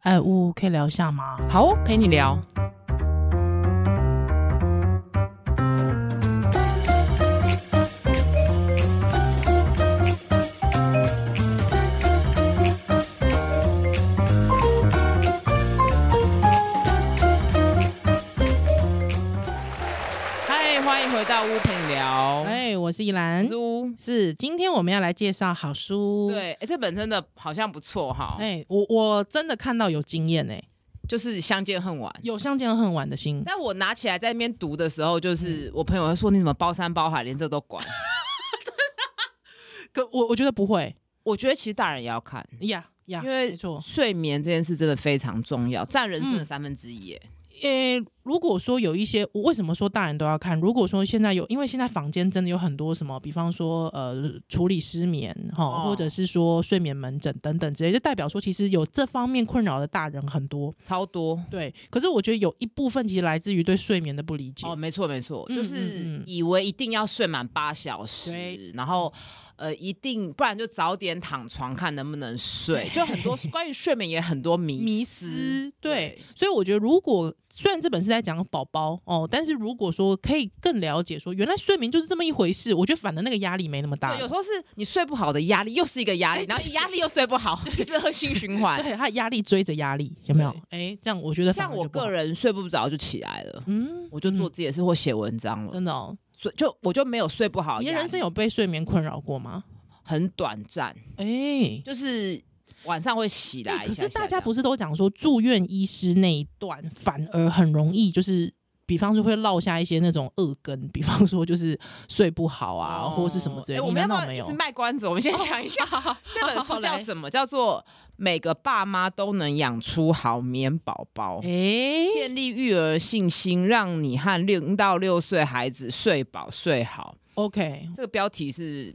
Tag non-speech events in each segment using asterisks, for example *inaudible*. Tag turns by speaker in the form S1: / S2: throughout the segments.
S1: 哎，呜，可以聊一下吗？
S2: 好哦，陪你聊。嗨，欢迎回到屋陪你聊。
S1: 哎，我是依
S2: 我
S1: 兰
S2: 是，屋。
S1: 是今天我们要来介绍好书。，
S2: 对，哎，这本真的好像不错哈，
S1: 哎，我我真的看到有经验哎，
S2: 就是相见恨晚。
S1: 有相见恨晚的心。
S2: 但我拿起来在那边读的时候，
S1: 嗯
S2: 就是我朋友会说你怎么包山包海，连这都管。 *laughs*
S1: 可我我觉得不会
S2: 我觉得其实大人也要看，
S1: 呀呀，
S2: 因为
S1: 啊没错。
S2: 睡眠这件事真的非常重要，占人生的
S1: 嗯
S2: 三分之一耶。
S1: 诶、如果说有一些，我为什么说大人都要看？如果说现在有，因为现在坊间真的有很多什么，比方说呃处理失眠哈，
S2: 哦
S1: 或者是说睡眠门诊等等之类，就代表说其实有这方面困扰的大人很多。
S2: 超多。
S1: 对，可是我觉得有一部分其实来自于对睡眠的不理解。
S2: 哦，没错没错，就
S1: 嗯
S2: 是
S1: 嗯嗯
S2: 以为一定要睡满八小时
S1: 对，
S2: 然后呃，一定不然就早点躺床看能不能睡。就很多关于睡眠也很多迷
S1: 迷
S2: 思，
S1: 思，对，所以我觉得，如果虽然这本是在讲宝宝哦，但是如果说可以更了解说，原来睡眠就是这么一回事，我觉得反正那个压力没那么大哎
S2: 对，有。时候是你睡不好的压力，又是一个压力，然后压力又睡不好，一是恶性循环。
S1: 对，他压力追着压力，有没有
S2: 对？
S1: 哎，这样我觉得反
S2: 像
S1: 而
S2: 我
S1: 就不好
S2: 个，人睡不着就起来了，
S1: 嗯，
S2: 我就做自己的事或写文章了，
S1: 真的哦，
S2: 所以就我就没有睡不好的
S1: 你
S2: 压
S1: 的
S2: 力。
S1: 人生有被睡眠困扰过吗？
S2: 很短暂，
S1: 哎。
S2: 就是晚上会起来
S1: 对，哎
S2: 一
S1: 可
S2: 下下
S1: 是
S2: 这样。
S1: 大家不是都讲说住院医师那一段反而很容易，就是比方说会落下一些那种恶根，比方说就是睡不好啊，或是什么之类
S2: 哎
S1: 的。
S2: 我
S1: 你
S2: 们要
S1: 难道
S2: 不要
S1: 没
S2: 一
S1: 有哦
S2: 直？卖关子？我们先讲一
S1: *laughs*
S2: 下、这本书叫
S1: 么？
S2: 什么？叫做《每个爸妈都能养出好眠宝宝》。
S1: 哎、
S2: 建立育儿信心，让你和零到六岁孩子睡饱睡好。
S1: o k
S2: 这个标题是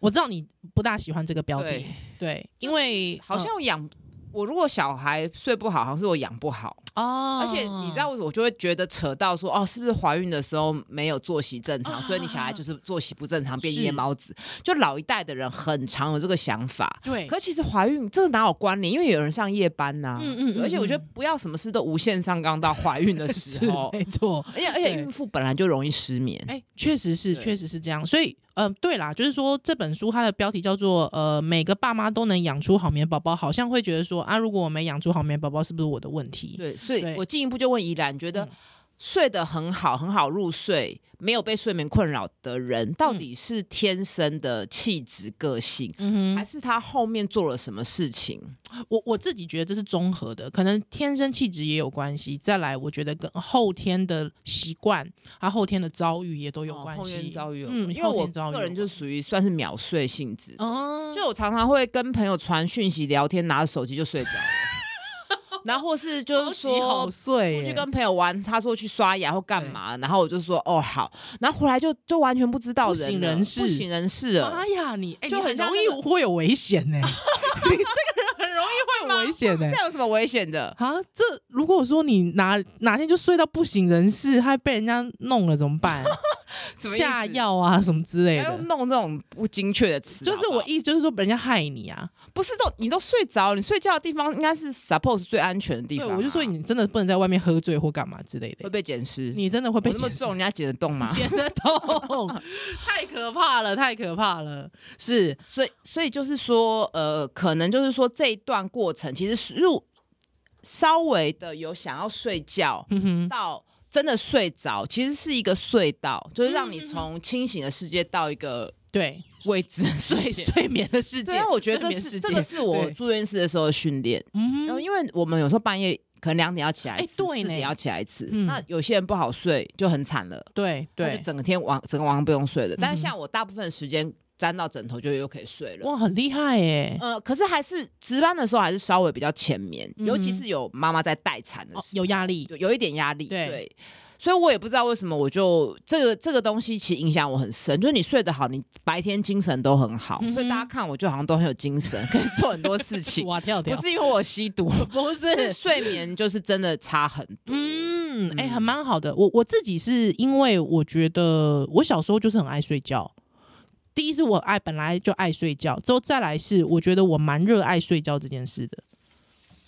S1: 我知道你不大喜欢这个标题，
S2: 对
S1: 对，因为
S2: 好像我养、我如果小孩睡不好，好像是我养不好。
S1: 嗯哦
S2: 而且你知道，我就会觉得扯到说，哦，是不是怀孕的时候没有作息正常，
S1: 啊
S2: 所以你小孩就是作息不正常变
S1: 是
S2: 夜猫子？就老一代的人很常有这个想法。
S1: 对，
S2: *laughs* 可其实怀孕这个哪有关联？因为有人上夜班呐、
S1: 嗯嗯嗯
S2: 而且我觉得
S1: 嗯
S2: 不要什么事都无限上纲到怀孕
S1: *laughs*
S2: 的时
S1: 是
S2: 候，
S1: 没错，
S2: 而且而且孕妇本来就容易失眠。
S1: 哎、确实是，
S2: 对
S1: 确实是这样，所以。呃，对啦，就是说这本书它的标题叫做“呃，每个爸妈都能养出好眠宝宝”，好像会觉得说啊，如果我没养出好眠宝宝，是不是我的问题？
S2: 对，所以
S1: 对
S2: 我进一步就问怡兰，你觉得
S1: 嗯
S2: 睡得很好、很好入睡，没有被睡眠困扰的人，到底是天生的气质、个性，
S1: 嗯
S2: 还
S1: 哼，
S2: 是他后面做了什么事情？
S1: 我我自己觉得这是综合的，可能天生气质也有关系，再来我觉得跟后天的习惯，还有后天的遭遇也都有
S2: 哦
S1: 关
S2: 后
S1: 系。
S2: 天遭遇有关，
S1: 嗯，
S2: 因为
S1: 后
S2: 我
S1: 天遭遇
S2: 个人
S1: 有
S2: 就
S1: 关
S2: 属于算是秒睡性质的，
S1: 哦，
S2: 就我常常会跟朋友传讯息聊天，拿着手机就睡着了，
S1: *laughs*
S2: 然后或是就是说。
S1: 碎
S2: 出去跟朋友玩，他说去刷牙或干嘛，然后我就说哦好，然后回来就就完全不知道
S1: 不
S2: 人了
S1: 省人事
S2: 不省人事了，
S1: 妈呀，你哎
S2: 就
S1: 你
S2: 很像
S1: 容
S2: 那
S1: 易会有危险
S2: *laughs*
S1: 呢、你这个人很容易会有危险呢、
S2: 这有什么危险的？
S1: 啊，这如果说你哪哪天就睡到不省人事，还被人家弄了怎么办？
S2: *laughs* 什么意思
S1: 下
S2: 哎
S1: 药啊什么之类
S2: 不要
S1: 的。
S2: 弄这种不精确的词，
S1: 就是
S2: 好不
S1: 我
S2: 好
S1: 意思，就是说人家害你啊！
S2: 不是都你都睡着，你睡觉的地方应该是 suppose 最安全的地
S1: 对，
S2: 方啊、
S1: 我就说你真的不能在外面喝醉或干嘛之类
S2: 会
S1: 的，
S2: 被捡尸，
S1: 你真的会被
S2: 我那么
S1: 检视
S2: 重，啊人家捡得动
S1: *laughs*
S2: 吗？
S1: 捡得动，太可怕了，太可怕了！是
S2: 所以，所以就是说，呃，可能就是说这一段过程，其实是入稍微的有想要睡觉
S1: 嗯哼，
S2: 到真的睡着，其实是一个隧道，就是让你
S1: 嗯嗯嗯
S2: 从清醒的世界到一个 *laughs*
S1: 对，
S2: 未知的世
S1: 睡
S2: 界。
S1: 睡眠的 *laughs* 世界，
S2: 对啊，我觉得
S1: 睡
S2: 这
S1: 眠
S2: 是
S1: 世
S2: 这
S1: 界
S2: 个是我
S1: 对
S2: 住院室的时候的训练，
S1: 嗯哼，
S2: 然后因为我们有时候半夜可能两点要起来一
S1: 哎
S2: 次，
S1: 对
S2: 四
S1: 呢
S2: 点要起来一次，
S1: 嗯
S2: 那有些人不好睡就很惨了，
S1: 对
S2: 他
S1: 对
S2: 就，整个天晚整个晚上不用睡了。但是
S1: 嗯哼
S2: 像我大部分时间沾到枕头就又可以睡了。
S1: 哇，很厉害耶！
S2: 呃，可是还是值班的时候还是稍微比较浅眠，
S1: 嗯哼
S2: 尤其是有妈妈在待产的
S1: 哦，
S2: 时候，
S1: 有压力，
S2: 有有一点压力，
S1: 对
S2: 对。所以我也不知道为什么，我就这个这个东西其实影响我很深。就是你睡得好，你白天精神都很好，
S1: 嗯哼
S2: 所以大家看我就好像都很有
S1: *laughs*
S2: 精神，可以做很多事情。
S1: 哇跳
S2: 不
S1: 不是 *laughs*
S2: 是因为我吸毒，
S1: 不
S2: 是
S1: 是，
S2: 睡眠就是真的差很多。
S1: 嗯，哎、
S2: 嗯
S1: 还蛮好的。我我自己是因为我觉得我小时候就是很爱睡觉。第一是我爱本来就爱睡觉，之后再来是我觉得我蛮热爱睡觉这件事的。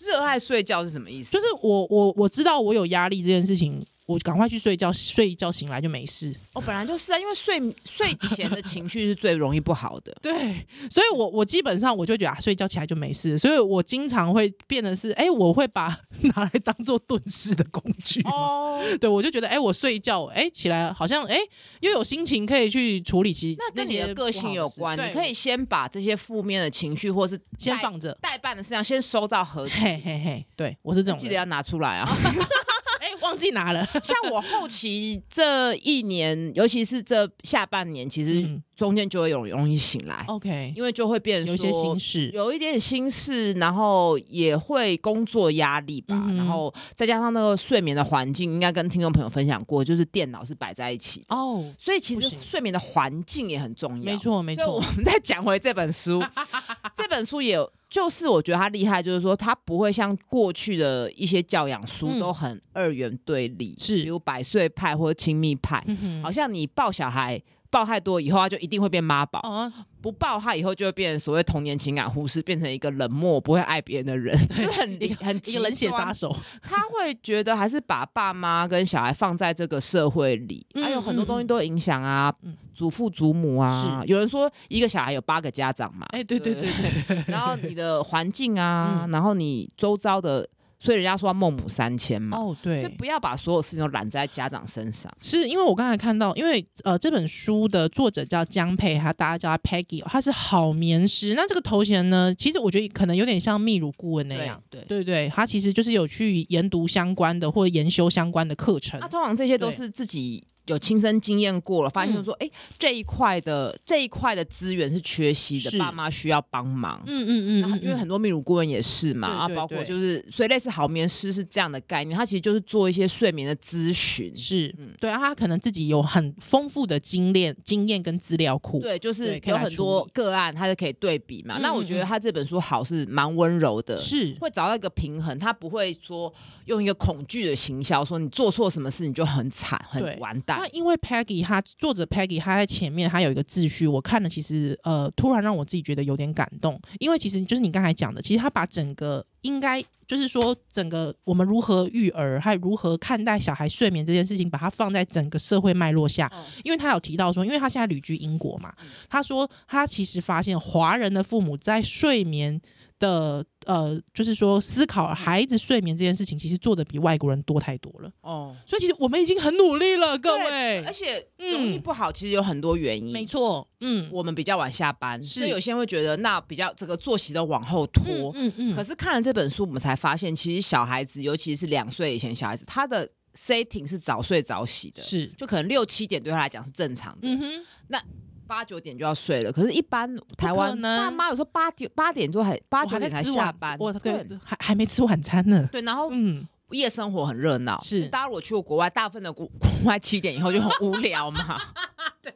S2: 热爱睡觉是什么意思？
S1: 就是我我我知道我有压力这件事情，我赶快去睡觉，睡一觉醒来就没事。。
S2: 我、本来就是啊，因为睡睡前的情绪是最容易不好的
S1: 对，所以我我基本上我就觉得啊，睡觉起来就没事，所以我经常会变得是，哎、我会把 *laughs* 拿来当做遁世的工具。
S2: 哦，
S1: *laughs* 对，我就觉得，哎、我睡觉，哎、起来好像，哎、又有心情可以去处理其
S2: *laughs* 那跟你
S1: 些
S2: 的个
S1: 不
S2: 性
S1: 好
S2: 有
S1: 的事
S2: 关，
S1: 对
S2: 你可以先把这些负面的情绪或是
S1: 先
S2: 带
S1: 放着。
S2: 代办的事项先收到盒子，
S1: 嘿嘿嘿，对我是这种
S2: 记得
S1: 人，
S2: *laughs* 要拿出来 *laughs* 啊。
S1: 哎、忘记拿了。
S2: 像我后期这一年，尤其是这下半年，其实
S1: 嗯
S2: 中间就会有容易醒来，
S1: OK，
S2: 因为就会变成
S1: 有一些
S2: 说
S1: 心事，
S2: 有一点心事，然后也会工作压力吧，
S1: 嗯哼
S2: 然后再加上那个睡眠的环境，应该跟听众朋友分享过，就是电脑是摆在一起的，
S1: 哦，
S2: 所以其
S1: 不
S2: 实
S1: 行
S2: 睡眠的环境也很重要。
S1: 没，错没
S2: 所以我
S1: 错，
S2: 们再讲回这本
S1: *laughs*
S2: 书，这本书也有就是我觉得它厉害，就是说它不会像过去的一些教养书
S1: 嗯
S2: 都很二元对立，
S1: 是
S2: 比如百岁派或者亲密派，
S1: 嗯哼
S2: 好像你抱小孩。抱太多以后，他就一定会变妈宝。
S1: 哦，
S2: 不抱他以后就会变成所谓童年情感忽视，变成一个冷漠不会爱别人的人，就是很
S1: 一个
S2: 很啊
S1: 一个冷血杀
S2: 手。
S1: 手，
S2: 他会觉得还是把爸妈跟小孩放在这个社会里，
S1: 嗯
S2: 还有很多
S1: 嗯
S2: 东西都影响啊，
S1: 嗯
S2: 祖父祖母啊。有人说一个小孩有八个家长嘛，
S1: 哎、对对对对，
S2: *laughs* 然后你的环境啊，
S1: 嗯
S2: 然后你周遭的，所以人家说孟母三迁嘛，
S1: 哦
S2: 所以
S1: 对。
S2: 不要把所有事情都揽在家长身上。
S1: 是因为我刚才看到，因为呃，这本书的作者叫江佩，他大家叫他 Peggy，、哦、他是好眠师。那这个头衔呢，其实我觉得可能有点像泌乳顾问那样，
S2: 对。
S1: 对对，他其实就是有去研读相关的或研修相关的课程
S2: 那。通常这些都
S1: 对
S2: 是自己有亲身经验过了，发现
S1: 嗯
S2: 就是说，哎、这一块的这一块的资源是缺席的，
S1: 是
S2: 爸妈需要帮忙。
S1: 嗯嗯
S2: 然后因为很多泌乳顾问也是嘛，
S1: 对对
S2: 啊，包括
S1: 对
S2: 就是，所以类似好眠师是这样的概念，它其实就是做一些睡眠的咨询，
S1: 是
S2: 嗯，
S1: 对啊，他可能自己有很丰富的经验、经验跟资料库。
S2: 对，就是
S1: 对可以
S2: 有
S1: 来
S2: 很
S1: 处
S2: 多
S1: 理
S2: 个案，它是可以对比嘛。
S1: 嗯
S2: 那
S1: 嗯
S2: 我觉得
S1: 嗯
S2: 他这本书好是蛮温柔的，
S1: 是，
S2: 会找到一个平衡，他不会说用一个恐惧的行销，说你做错什么事你就很惨、
S1: 对
S2: 很完
S1: 那
S2: 蛋。
S1: 因为 Peggy 她作者 Peggy 她在前面她有一个自序，我看了其实呃突然让我自己觉得有点感动，因为其实就是你刚才讲的，其实她把整个应该就是说整个我们如何育儿，还有如何看待小孩睡眠这件事情，把它放在整个社会脉络下，
S2: 嗯
S1: 因为他有提到说，因为他现在旅居英国嘛，他说他其实发现华人的父母在睡眠的呃，就是说思考孩子睡眠这件事情，其实做的比外国人多太多了。
S2: 哦，
S1: 所以其实我们已经很努力了，各
S2: 对
S1: 位
S2: 而。且
S1: 嗯
S2: 容易不好，其实有很多原因。
S1: 没错，嗯，
S2: 我们比较晚下班，
S1: 是
S2: 所以有些人会觉得那比较这个作息都往后拖。
S1: 嗯嗯
S2: 可
S1: 是
S2: 是看了这本书，我们才发现，其实小孩子，尤其是两岁以前小孩子，他的 setting 是早睡早起的，
S1: 是，
S2: 就可能六七点对他来讲是正常的，
S1: 嗯哼，
S2: 八九、点就要睡了。可是，一般台湾
S1: 能
S2: 爸妈有时候八点八点多还八
S1: 我还
S2: 九点
S1: 在
S2: 才
S1: 吃
S2: 下
S1: 晚
S2: 班，
S1: 我对
S2: 对，
S1: 还还没吃晚餐呢。
S2: 对，然后
S1: 嗯，
S2: 夜生活很热闹，
S1: 是
S2: 大家如果去过国外，大部分的国国外七点以后就很无聊
S1: *laughs*
S2: 嘛，对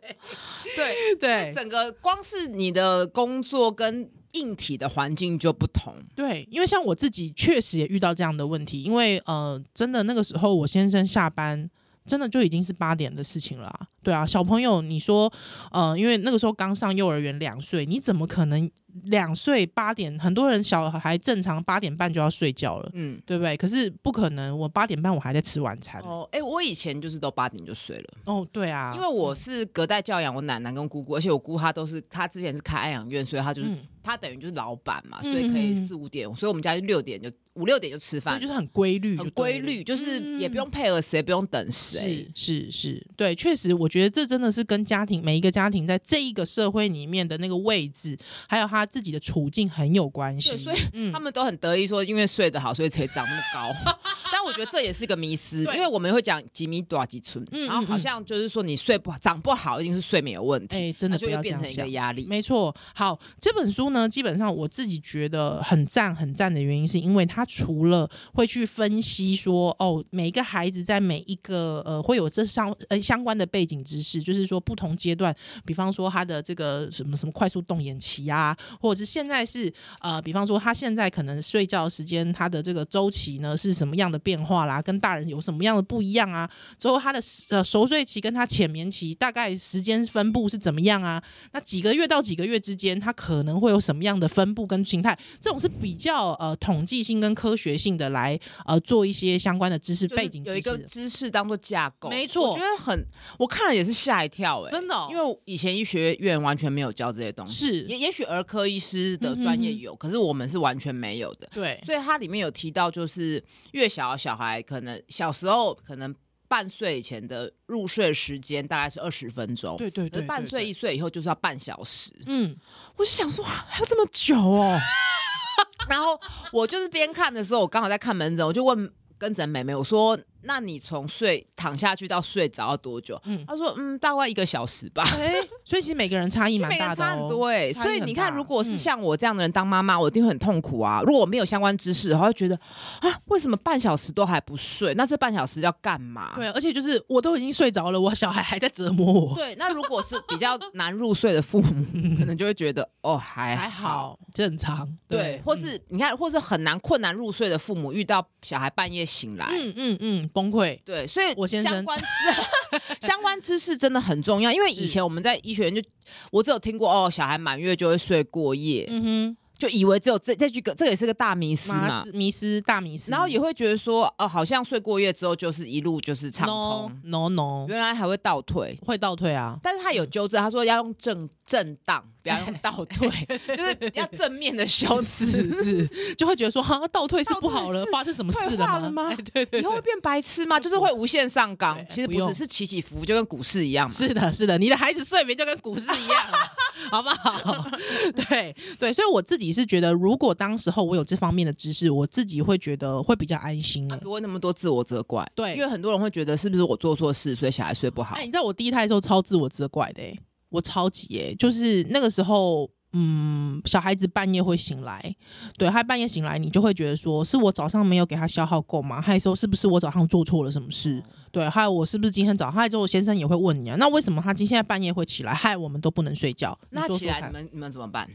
S2: *laughs* 对，
S1: 对
S2: 整个光是你的工作跟硬体的环境就不同，
S1: 对，因为像我自己确实也遇到这样的问题，因为呃，真的那个时候我先生下班。真的就已经是八点的事情了啊、对啊，小朋友，你说，呃，因为那个时候刚上幼儿园两岁，你怎么可能两岁八点？很多人小孩正常八点半就要睡觉了，
S2: 嗯。
S1: 对不对？可是不可能，我八点半我还在吃晚餐。哦，
S2: 哦，哎、我以前就是都八点就睡了，
S1: 对啊，
S2: 因为我是隔代教养，我奶奶跟姑姑，而且我姑她都是，她之前是开安养院，所以她就是、
S1: 嗯
S2: 她等于就是老板嘛，
S1: 嗯
S2: 所以可以
S1: 嗯嗯
S2: 四五点，所以我们家就六点就五六点就吃
S1: 所
S2: 饭
S1: 以就，是很规律就对了，
S2: 很规律，就是也不用配合谁，不用等谁，
S1: 是是是，对，确实，我觉得这真的是跟家庭每一个家庭在这一个社会里面的那个位置，还有他自己的处境很有关系。
S2: 对，所以
S1: 嗯
S2: 他们都很得意说，因为睡得好，所以才长那么高。 *laughs* 但我觉得这也是一个迷失，因
S1: 对
S2: 为我们会讲几米多少几寸，
S1: 嗯
S2: 然后好像就是说你睡不好长不好，一定是睡眠有问题，
S1: 哎，真的
S2: 那就
S1: 不
S2: 会
S1: 要这
S2: 变
S1: 样
S2: 成一个
S1: 想。
S2: 压力。
S1: 没错，好，这本书呢，基本上我自己觉得很赞很赞的原因，是因为它除了会去分析说，哦，每一个孩子在每一个呃会有这相呃相关的背景知识，就是说不同阶段，比方说他的这个什么什么快速动眼期啊，或者是现在是呃，比方说他现在可能睡觉时间他的这个周期呢是什么样的变变化啦，跟大人有什么样的不一样啊？之后他的呃熟睡期跟他浅眠期大概时间分布是怎么样啊？那几个月到几个月之间，他可能会有什么样的分布跟形态？这种是比较呃统计性跟科学性的来呃做一些相关的知识
S2: 就是
S1: 背景
S2: 有
S1: 知
S2: 一
S1: 识
S2: 个
S1: 的，
S2: 知识当做架构，
S1: 没错
S2: 我觉得很，我看了也是吓一跳、哎，
S1: 真的哦、
S2: 因为我以前医学院完全没有教这些东西，
S1: 是
S2: 也也许儿科医师的专业
S1: 嗯哼哼
S2: 有，可是我们是完全没有的。
S1: 对
S2: 所以它里面有提到，就是越小的小孩，可能小时候可能半岁以前的入睡时间大概是二十分钟，
S1: 对对
S2: 可是
S1: 对，
S2: 半
S1: 对
S2: 岁一
S1: 对
S2: 岁以后就是要半小时。
S1: 嗯，
S2: 我就想说，哇还要这么久哦。 *laughs* 然后我就是边看的时候，我刚好在看门诊，我就问跟诊美眉，我说：“那你从睡躺下去到睡着要多久？”
S1: 嗯
S2: 她说：“嗯，大概一个小时吧。”
S1: 哎、所以其实每个人差异蛮
S2: 每个
S1: 大
S2: 人
S1: 的、哦，
S2: 差很多哎、
S1: 差异
S2: 所以
S1: 很
S2: 你
S1: 大
S2: 看，如果是
S1: 嗯
S2: 像我这样的人当妈妈，我一定会很痛苦啊。如果我没有相关知识，我会觉得啊，为什么半小时都还不睡？那这半小时要干嘛？
S1: 对，而且就是我都已经睡着了，我小孩还在折磨我，
S2: 对，那如果是比 *laughs* 较难入睡的父母，可能就会觉得哦还
S1: 还好，正常，
S2: 对，
S1: 对，
S2: 或
S1: 嗯
S2: 是你看，或是很难困难入睡的父母，遇到小孩半夜醒来，
S1: 嗯嗯嗯崩溃，
S2: 对，所以
S1: 我先生
S2: 相关知 *laughs* 相关知识真的很重要，因为以
S1: 是
S2: 前我们在医学院就我只有听过哦，小孩满月就会睡过夜，
S1: 嗯
S2: 就以为只有这这句歌，这也是个大迷思
S1: 哼，马
S2: 嘛。
S1: 斯迷失大迷失，
S2: 然后也会觉得说，哦、好像睡过夜之后就是一路就是畅
S1: no
S2: 通，
S1: no no
S2: 原来还会倒退。
S1: 会倒退
S2: *laughs*
S1: 啊，
S2: 但是他有纠正，他说要用正正当，不要用倒退， *laughs* 就是要正面的修 *laughs*
S1: 是
S2: 辞。
S1: 是，就会觉得说哈倒退是
S2: 倒
S1: 不
S2: 退
S1: 好了，
S2: 是
S1: 发生什么
S2: 退
S1: 事了吗？
S2: 化了吗
S1: 哎对对
S2: 以后会变白痴吗？就是会无限上纲
S1: 对？
S2: 其实
S1: 不
S2: 不
S1: 用
S2: 是，是起起伏伏，就跟股市一样嘛。
S1: 是的，是的，你的孩子睡眠就跟股市一样啊， *laughs* 好不好？ *laughs* 对对，所以我自己是觉得，如果当时候我有这方面的知识，我自己会觉得会比较安心、
S2: 啊
S1: 欸。
S2: 不会那么多自我责怪。
S1: 对
S2: 因为很多人会觉得是不是我做错事，所以小孩睡不好
S1: 哎、。你知道我第一胎的时候超自我责怪的、欸，我超级哎、就是那个时候。嗯，小孩子半夜会醒来，对他半夜醒来，你就会觉得说，是我早上没有给他消耗够吗？还是说是不是我早上做错了什么事？
S2: 哦
S1: 对，还有我是不是今天早上？还有之后我先生也会问你啊，那为什么他今现在半夜会起来，害我们都不能睡觉？你
S2: 那
S1: 说
S2: 起
S1: 说
S2: 来
S1: 看
S2: 你们你们怎么办？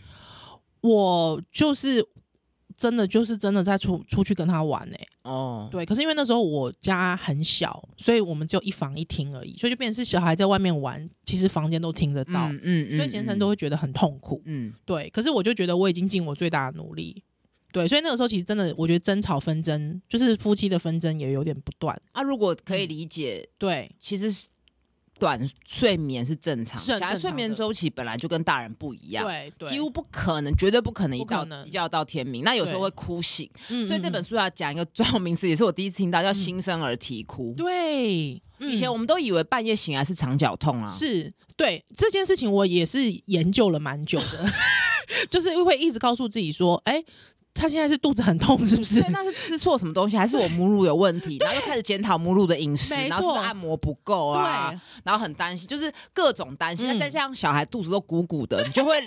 S1: 我就是真的就是真的在出出去跟他玩哎、
S2: 哦，
S1: 对。可是因为那时候我家很小，所以我们只有一房一厅而已，所以就变成是小孩在外面玩，其实房间都听得到，
S2: 嗯嗯
S1: 所以先生都会觉得很痛苦。
S2: 嗯
S1: 对，可是我就觉得我已经尽我最大的努力。对，所以那个时候其实真的，我觉得争吵纷争，就是夫妻的纷争也有点不断。
S2: 啊，如果可以
S1: 嗯
S2: 理解，
S1: 对，
S2: 其实是短睡眠是正常，
S1: 是很
S2: 小孩
S1: 正
S2: 睡
S1: 常
S2: 眠
S1: 的
S2: 周期本来就跟大人不一样。
S1: 对，对，
S2: 几乎不可能，绝对不可能一
S1: 不可
S2: 到
S1: 能
S2: 一觉到天明。那有时候
S1: 对
S2: 会哭醒，
S1: 嗯
S2: 所以这本
S1: 嗯
S2: 书要讲一个专有名词，也是我第一次听到，叫新生儿啼哭
S1: 嗯。对，
S2: 以前
S1: 嗯
S2: 我们都以为半夜醒来是肠绞痛啊，
S1: 是对这件事情，我也是研究了蛮久的， *laughs* 就是会一直告诉自己说，哎、他现在是肚子很痛，是不是
S2: 对，？那是吃错什么东西，还是我母乳有问题？然后又开始检讨母乳的饮食，
S1: 没
S2: 然后是不
S1: 错
S2: 是按摩不够啊？
S1: 对，
S2: 然后很担心，就是各种担心。那、
S1: 嗯
S2: 再加上小孩肚子都鼓鼓的，你就会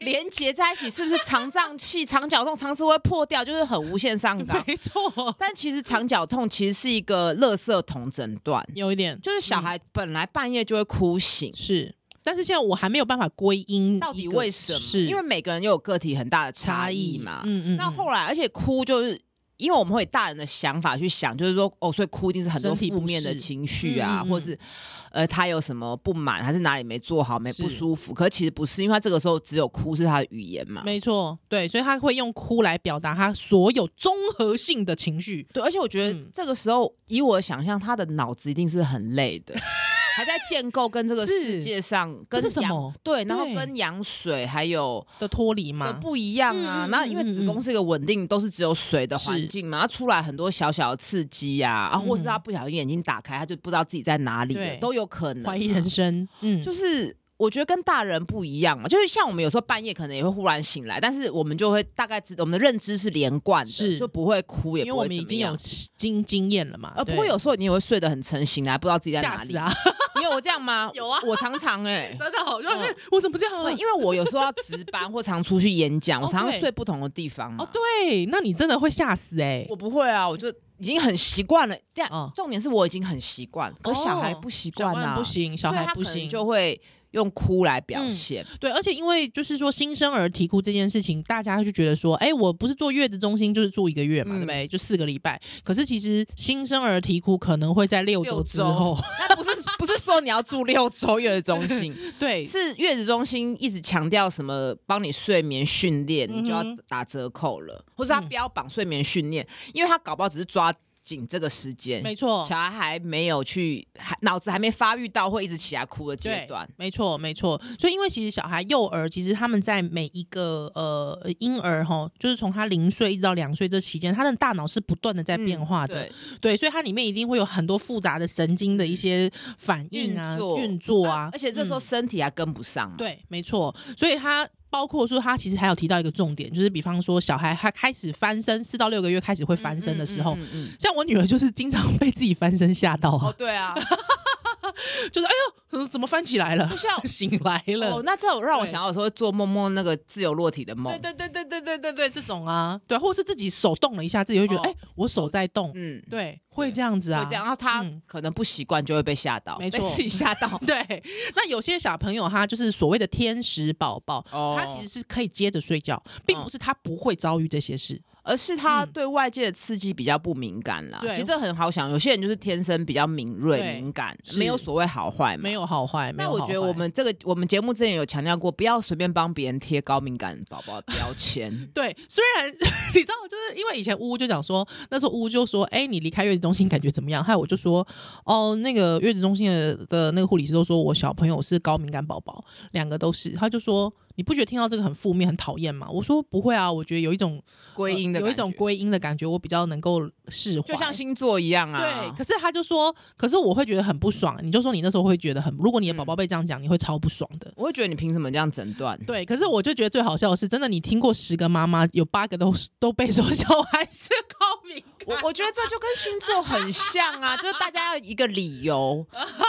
S2: 连结在一起，是不是肠胀气、肠绞痛、肠子会破掉，就是很无限上 *laughs* 纲。
S1: 没错，
S2: 但其实肠绞痛其实是一个垃圾桶诊断，
S1: 有一点
S2: 就是小孩本来半夜就会哭醒，
S1: 是，但是现在我还没有办法归因
S2: 到底
S1: 嗯一个
S2: 为什么？
S1: 是
S2: 因为每个人又有个体很大的差异嘛。
S1: 嗯嗯，
S2: 那
S1: 嗯
S2: 后来，而且哭就是。因为我们会以大人的想法去想，就是说，哦，所以哭一定是很多
S1: 身体不
S2: 负面的
S1: 适
S2: 情绪啊，
S1: 嗯嗯嗯
S2: 或是，呃，他有什么不满，还是哪里没做好，没
S1: 是
S2: 不舒服。可其实不是，因为他这个时候只有哭是他的语言嘛。
S1: 没错，对，所以他会用哭来表达他所有综合性的情绪，
S2: 对，而且我觉得
S1: 嗯
S2: 这个时候，以我的想象，他的脑子一定是很累的，还在建构跟这
S1: *laughs*
S2: 个
S1: 是
S2: 世界上，
S1: 这
S2: 跟
S1: 是什
S2: 羊
S1: 么
S2: 对，然后
S1: 对
S2: 跟羊水还有
S1: 的脱离
S2: 呃
S1: 嘛，
S2: 不一样啊。
S1: 嗯嗯
S2: 那
S1: 嗯
S2: 因为
S1: 嗯
S2: 子
S1: 嗯
S2: 宫是一个稳定，都是只有水的环
S1: 是
S2: 境嘛，它出来很多小小的刺激呀、啊，啊，或是他
S1: 嗯
S2: 不小心眼睛打开，他就不知道自己在哪里了
S1: 对，
S2: 都有可能啊
S1: 怀疑人生，嗯，
S2: 就是。我觉得跟大人不一样嘛，就是像我们有时候半夜可能也会忽然醒来，但是我们就会大概知我们的认知是连贯的，
S1: 是
S2: 就不会哭，也
S1: 因为
S2: 不
S1: 我
S2: 会
S1: 们已
S2: 怎么
S1: 经有
S2: 样。
S1: 经经验了嘛，
S2: 呃，不
S1: 对
S2: 过有时候你也会睡得很沉，醒来不知道自己在
S1: 吓
S2: 哪里
S1: 死。啊，
S2: 你有我这样吗
S1: *laughs* ？有啊
S2: 我常常
S1: *laughs*
S2: 哎、
S1: 真的好，就
S2: 嗯
S1: 我怎么这样了？
S2: 会因为我有时候要值班或常出去演讲，我
S1: 哦
S2: 常常
S1: 对
S2: 睡不同的地方嘛。
S1: 哦，对，那你真的会吓死哎、
S2: 我不会啊，我就已经很习惯了。这样，
S1: 嗯
S2: 重点是我已经很习惯，可小孩不习惯
S1: 小
S2: 啊，
S1: 孩不行，小
S2: 所以
S1: 孩
S2: 他
S1: 不
S2: 可能
S1: 行，嗯
S2: 就会用哭来表现。
S1: 对，而且因为就是说新生儿啼哭这件事情，大家就觉得说，哎、我不是坐月子中心就是住一个月嘛，
S2: 嗯
S1: 对不对？就四个礼拜。可是其实新生儿啼哭可能会在六周
S2: 六
S1: 之
S2: *laughs*
S1: 后，
S2: 那不是不 *laughs* 是说你要住六周月子中心，
S1: 对，
S2: *laughs* 是月子中心一直强调什么帮你睡眠训练，你就要
S1: 嗯哼
S2: 打折扣了，或是他
S1: 嗯
S2: 标榜睡眠训练，因为他搞不好只是抓紧这个时间，
S1: 没错
S2: 小。孩还没有去，还脑子还没发育到会一直起来哭的阶
S1: 对
S2: 段。
S1: 没错，没错。所以，因为其实小孩幼儿，其实他们在每一个呃婴儿哈，就是从他零岁一直到两岁这期间，他的大脑是不断的在变
S2: 嗯
S1: 化的。
S2: 对
S1: 啊
S2: 嗯
S1: 对，所以它里面一定会有很多复杂的神经的一些反应啊、
S2: 运作
S1: 运作啊，
S2: 而且这时候
S1: 嗯
S2: 身体还跟不上啊嘛。
S1: 对，没错，所以它。包括说，他其实还有提到一个重点，就是比方说，小孩他开始翻身，四到六个月开始会翻身的时候，
S2: 嗯，嗯嗯嗯
S1: *laughs* 像我女儿就是经常被自己翻身吓到
S2: 哦，
S1: 啊，
S2: 对 *laughs* 啊，
S1: 就是哎呦，怎么翻起来了？
S2: 不像
S1: 醒来了
S2: 哦，，那这种让我
S1: 对
S2: 想到说做梦梦那个自由落体的梦
S1: 对，对对对对对对对，这种啊，对，或是自己手动了一下，自己会觉得
S2: 哦
S1: 哎、我手在动，
S2: 嗯，
S1: 对，会这样子啊，
S2: 会这样，然后他
S1: 嗯
S2: 可能不习惯就会被吓到，
S1: 没
S2: 被
S1: 错。
S2: 自己吓 *laughs* 到
S1: 对，那有些小朋友他就是所谓的天使宝宝，
S2: 哦
S1: 他其实是可以接着睡觉，并不是他不会遭遇这些事。
S2: 而是他
S1: 嗯
S2: 对外界的刺激比较不敏感啦。
S1: 对
S2: 其实这很好想，有些人就是天生比较敏锐、
S1: 对
S2: 敏感，
S1: 是
S2: 没有所谓好坏嘛。
S1: 没。有好坏，没
S2: 那
S1: 有
S2: 我
S1: 好
S2: 觉得
S1: 坏。
S2: 我们这个我们节目之前有强调过，不要随便帮别人贴高敏感宝宝的标签 *laughs*
S1: 对，虽然 *laughs* 你知道，就是因为以前呜呜就讲说，那时候呜呜就说，哎、你离开月子中心感觉怎么样？害我就说，哦，那个月子中心的的那个护理师都说我小朋友是高敏感宝宝，两个都是，他就说。你不觉得听到这个很负面、很讨厌吗？我说不会啊，我觉得有一种呃
S2: 归因的
S1: 有一
S2: 感
S1: 种
S2: 觉
S1: 归因的感觉，我比较能够释怀。
S2: 就像星座一样啊。
S1: 对，可是他就说，可是我会觉得很不爽。你就说你那时候会觉得很，如果你的
S2: 嗯
S1: 宝宝被这样讲，你会超不爽的。
S2: 我会觉得你凭什么这样诊断？
S1: 对，可是我就觉得最好笑的是，真的，你听过十个妈妈，有八个都是都被说小孩是高敏
S2: 我
S1: 感。
S2: 我觉得这就跟星座很像啊，就是大家要一个理由，